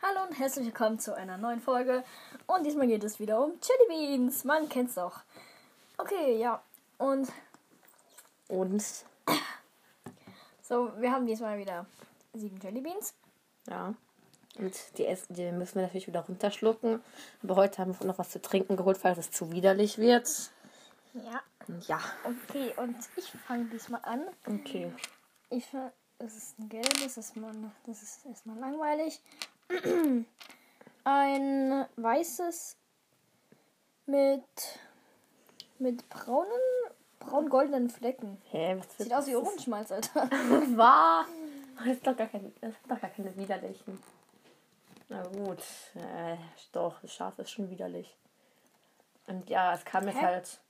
Hallo und herzlich willkommen zu einer neuen Folge. Und diesmal geht es wieder um Chili Beans. Man kennt's doch. Okay, ja. Und Und so, wir haben diesmal wieder sieben Chili Beans. ja. Und die, essen, die müssen wir natürlich wieder runterschlucken. Aber heute haben wir noch was zu trinken geholt, falls es zu widerlich wird. Ja. Ja. Okay, und ich fange diesmal an. Okay. Ich fa- das ist ein gelbes, das ist, man, das ist erstmal langweilig. Ein weißes mit, mit braunen, braun-goldenen Flecken. Hä, was für Sieht aus wie Ohrenschmalz, Alter. war. Das ist doch gar kein, das sind doch gar keine widerlichen. Na gut. Äh, doch, das Schaf ist schon widerlich. Und ja, es kam jetzt Hä? halt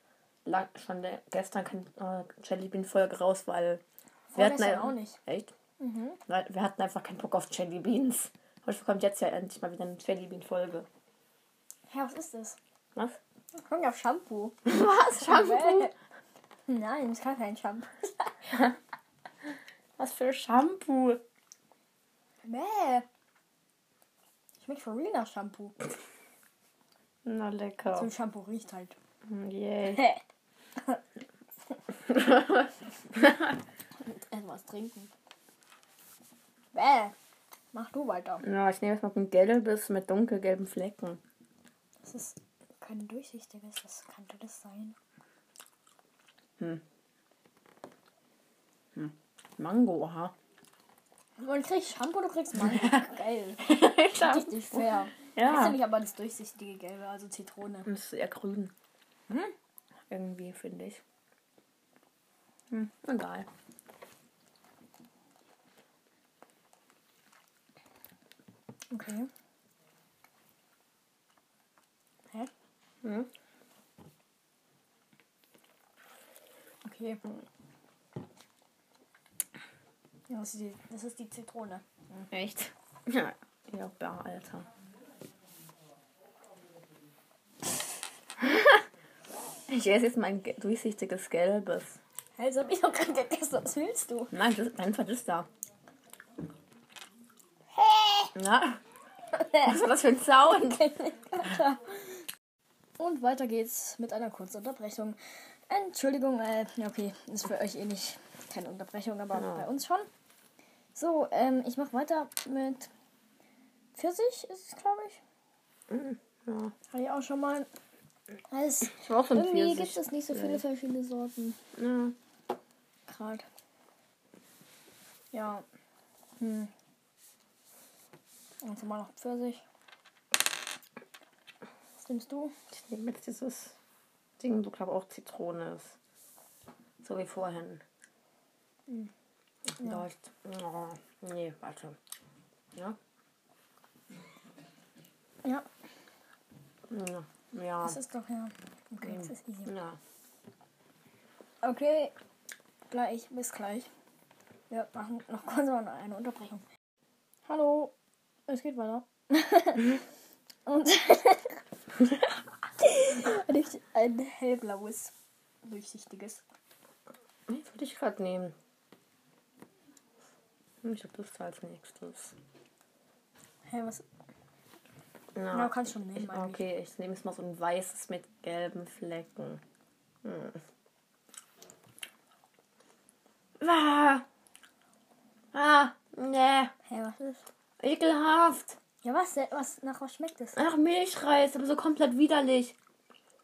lang, schon der, gestern kein äh, Jellybean-Folge raus, weil Vorgestern auch nicht. Echt? Weil Wir hatten einfach keinen Bock auf Jelly Beans. Heute kommt jetzt ja endlich mal wieder eine Jelly Bean Folge. Hä, was ist das? Was? Kommt auf Shampoo. Was? Shampoo? Nein, es kann kein Shampoo. Was für Shampoo? Bäh. Schmeckt for real nach Shampoo. Na So lecker. ein Shampoo riecht halt. Yay. Hä? Etwas trinken. Bäh. Mach du weiter. Na, ich nehme jetzt mal ein gelbes mit dunkelgelben Flecken. Das ist kein durchsichtiges, was könnte das sein? Mango, aha. Man kriegt Shampoo, Oh, du kriegst Mango. Geil. Richtig fair. Das ja. finde ich aber das durchsichtige Gelbe, also Zitrone. Das ist eher grün. Mhm. Irgendwie, finde ich. Hm, egal. Okay. Hä? Hm? Okay. Ja, das ist die, das ist die Zitrone. Echt? Ja. Ja, ja, Alter. Ich esse jetzt mein ge- durchsichtiges Gelbes. Also hab ich noch gerade gegessen, was willst du? Nein, das ist einfach das da. Na, was war das für ein Sound? Und weiter geht's mit einer kurzen Unterbrechung. Entschuldigung, äh, ja, okay, ist für euch eh nicht keine Unterbrechung, aber Genau. bei uns schon. So, ähm, ich mach weiter mit Pfirsich, ist es, glaube ich. Mhm, ja. Habe ich auch schon mal. Als Ich war auch von irgendwie Pfirsich. gibt es nicht so viele verschiedene Sorten. Ja. Gerade. Ja. Hm. Und mal noch Pfirsich. Was nimmst du? Ich nehme jetzt dieses Ding, du glaube auch Zitrone ist. So wie vorhin. Läuft. Oh, nee, warte. Ja? Ja, Ja. Ja. das ist doch ja. Okay, das ist easy. ja. Okay, gleich, bis gleich. Wir machen noch kurz mal eine Unterbrechung. Hallo, es geht weiter. Und Durch ein hellblaues, durchsichtiges. Jetzt würde ich gerade nehmen. Hm, Ich habe das als nächstes. Hä, was? Ja. Na, du kannst schon nehmen, ich, eigentlich. Ah, okay, ich nehme jetzt mal so ein weißes mit gelben Flecken. Hm. Ah. Ah, nee. Hä, was ist? Ekelhaft. Ja, was denn? Was, nach was schmeckt das? Ach, Milchreis, aber so komplett widerlich.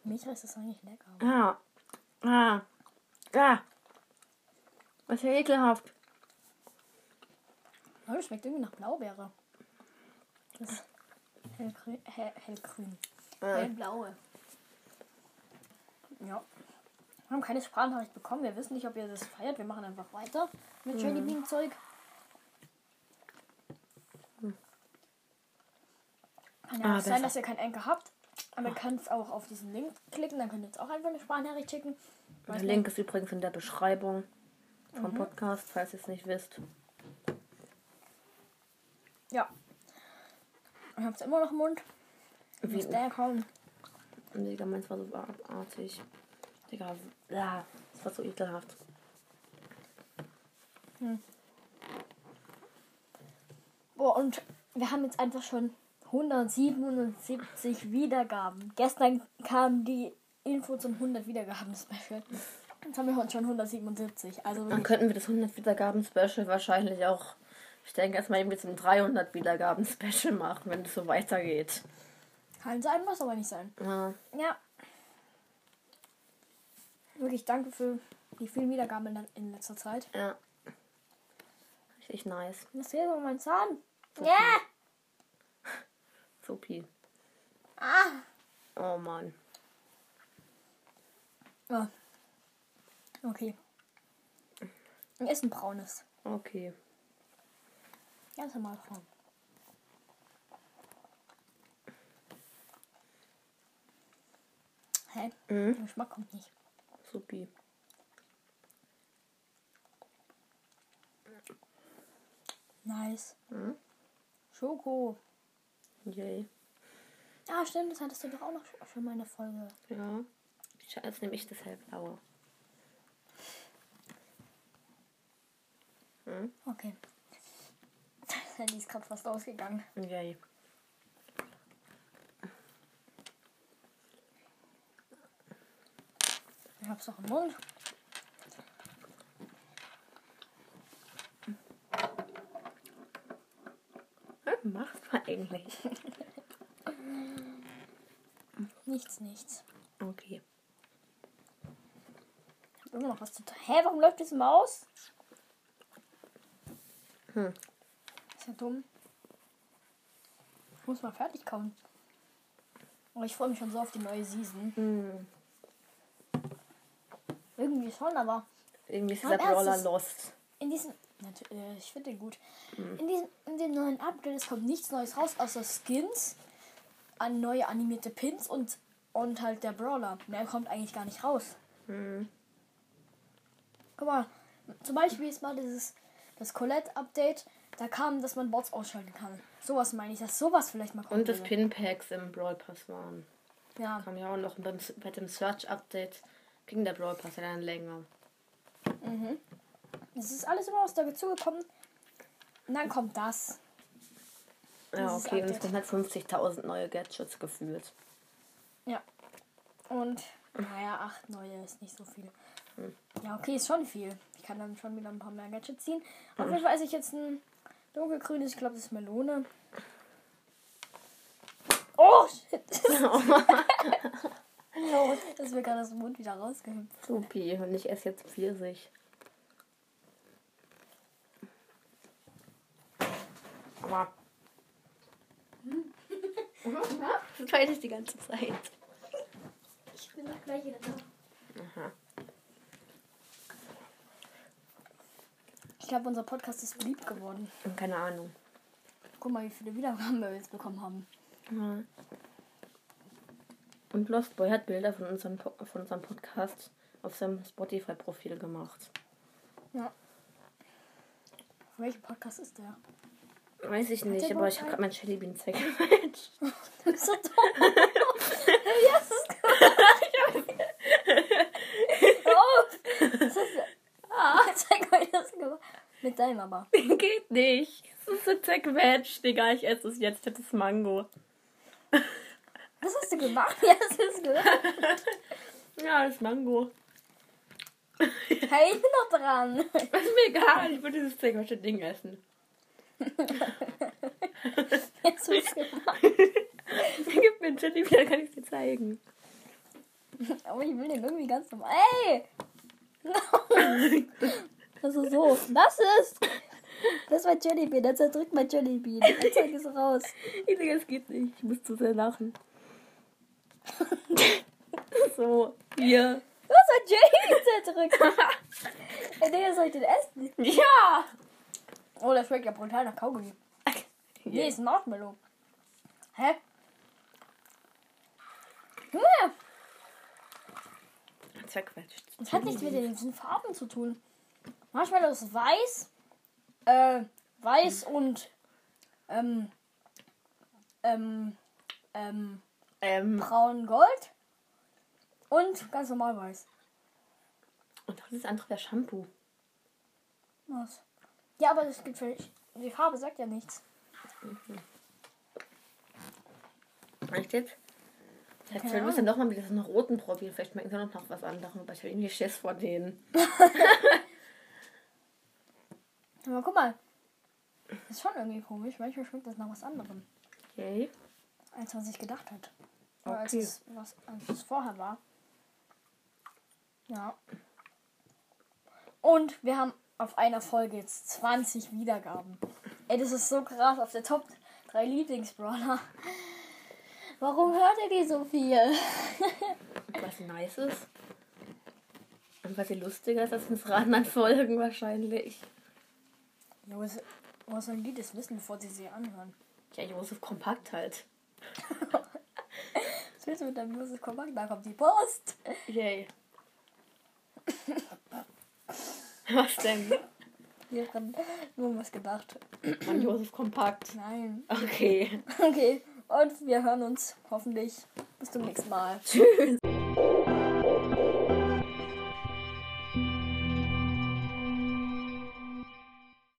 Milchreis ist eigentlich lecker. Ah. Ah. Ah. Das ist ja ekelhaft. Aber das schmeckt irgendwie nach Blaubeere. Das ist hellgrün. Hell, hellgrün. Hellblaue. Ja. Wir haben keine Sprachnachricht bekommen. Wir wissen nicht, ob ihr das feiert. Wir machen einfach weiter Mhm. mit Jelly Bean Zeug. Kann ja Ah, auch sein, besser. Ah. dass ihr keinen Enker habt. Aber ihr könnt auch auf diesen Link klicken. Dann könnt ihr jetzt auch einfach eine Sprachnachricht schicken. Ah. Der Weiß Mhm. Link ist übrigens in der Beschreibung vom Podcast, falls ihr es nicht wisst. nicht. Ja. Ich hab's immer noch im Mund. Wie- Muss der kommen. Digga, meins war so abartig. Digga, ja, das war so ekelhaft. Boah, und wir haben jetzt einfach schon 177 Wiedergaben. Gestern kam die Info zum 100 Wiedergaben-Special. Jetzt haben wir heute schon 177. Also Dann könnten wir das 100 Wiedergaben-Special wahrscheinlich auch, ich denke, erstmal irgendwie zum 300 Wiedergaben-Special machen, wenn es so weitergeht. kann sein, muss aber nicht sein. Ja. Ja. Wirklich danke für die vielen Wiedergaben in, in letzter Zeit. ja. Richtig nice. Das ist aber mein Zahn. Ja! Supi. Ah! Oh Mann. Ah. Okay. Ist ein braunes. Okay. Ganz normal braun. Hä? Mhm. Der Geschmack kommt nicht. Supi. Nice. Mhm. Schoko. Yay. Ah, stimmt, das hattest du doch auch noch sch- schon mal in der Folge. Ja. Ich- Jetzt nehme ich das hellblaue. Okay. Das Handy ist gerade fast ausgegangen. Yay. Ich hab's doch im Mund. Was macht man eigentlich? Nichts, nichts. Okay. Ich hab immer noch was zu tun. Hä, warum läuft das Maus? Hm. Ist ja dumm. Ich muss mal fertig kauen. Aber ich freue mich schon so auf die neue Season. Hm. Irgendwie schon, aber Irgendwie ist Mein dieser Brawler erstes- lost. in diesem. Nat- äh, Ich finde den gut. In diesem in dem neuen Update es kommt nichts Neues raus, außer Skins, an neue animierte Pins und, und halt der Brawler. Mehr kommt eigentlich gar nicht raus. Hm. Guck mal, zum Beispiel ist mal dieses das Colette-Update, da kam, dass man Bots ausschalten kann. Sowas meine ich, dass sowas vielleicht mal kommt. Und dass Pinpacks im Brawl Pass waren. Ja, Kam ja auch noch beim, bei dem Search Update. Ging der Brawl Pass ja dann länger. es ist alles immer aus der dazugekommen. Und dann kommt das. Ja, Dieses okay. Und es Update. kommen halt 50.000 neue Gadgets gefühlt. Ja. Und, naja, acht neue ist nicht so viel. Ja, okay, ist schon viel. Ich kann dann schon wieder ein paar mehr Gadgets ziehen. Auf jeden Fall esse ich jetzt ein dunkelgrünes, ich glaube, das ist Melone. Oh, shit. das ist mir gerade aus dem Mund wieder rausgehüpft. Supi. Und ich esse jetzt Pfirsich. Aber. Das weiß ich die ganze Zeit. Ich bin doch gleich wieder da. Ich glaube, unser Podcast ist beliebt geworden. Keine Ahnung. Guck mal, wie viele Wiedergaben wir jetzt bekommen haben. Ja. Und Lost Boy hat Bilder von unserem, Po- von unserem Podcast auf seinem Spotify-Profil gemacht. Ja. Welcher Podcast ist der? Weiß ich nicht, der aber überhaupt ich habe einen? gerade mein Jellybean zerquetscht. Du bist so dumm. Wie hast du es gemacht? Hör auf! Das ist ah. Zeig mal, wie das gemacht Mit deinem aber. Geht nicht. Es ist so zerquetscht. Egal, ich esse es jetzt. Das ist Mango. Was hast du gemacht? Wie hast du das gemacht? Ja, das ist Mango. Hey, ich bin noch dran. Ist mir egal. Ich würde dieses zerquetschte Ding essen. Wie hast du das gemacht? Gib mir ein Jellybean, dann kann ich es dir zeigen. Aber ich will den irgendwie ganz normal. Ey! Das ist so. Das ist. Das ist mein Jellybean. Der zerdrückt mein Jellybean. Der zeig es raus. Ich denke, es geht nicht. Ich muss zu sehr lachen. so, hier. Du hast mein Jellybean zerdrückt. Ey, Digga, soll ich den essen? Ja! Oh, das schmeckt ja brutal nach Kaugummi. Nee, ist ein Marshmallow. Hä? Junge, Zerquetscht. das hat nichts mit den diesen Farben zu tun. Marshmallow ist weiß, äh, weiß und, ähm, ähm, ähm, Ähm, braun-gold und ganz normal weiß. und das ist andere der Shampoo. Was? Ja, aber das gibt für die Farbe sagt ja nichts. Echt jetzt? Jetzt Keine müssen wir nochmal mit diesen roten probieren. Vielleicht schmecken sie noch was anderes. Aber ich habe irgendwie Schiss vor denen. Aber guck mal. Ist schon irgendwie komisch. Manchmal schmeckt das nach was anderem, Okay. als man sich gedacht hat. Oder als, Okay. es, was, als es vorher war. Ja. Und wir haben auf einer Folge jetzt 20 Wiedergaben. Ey, das ist so krass. Auf der Top 3 Lieblingsbrawler. Warum hört ihr die so viel? Was nice ist. Und was hier lustiger ist als unsere anderen Folgen wahrscheinlich. Jose, wo sollen die das wissen, bevor sie sie anhören? Ja, Josef kompakt halt. Was willst du mit deinem Josef Kompakt? Da kommt die Post. Yay. was denn? Ich hab grad nur um was gedacht. Mann, Josef kompakt. Nein. Okay. Okay. Und wir hören uns hoffentlich. Bis zum nächsten Mal. Tschüss.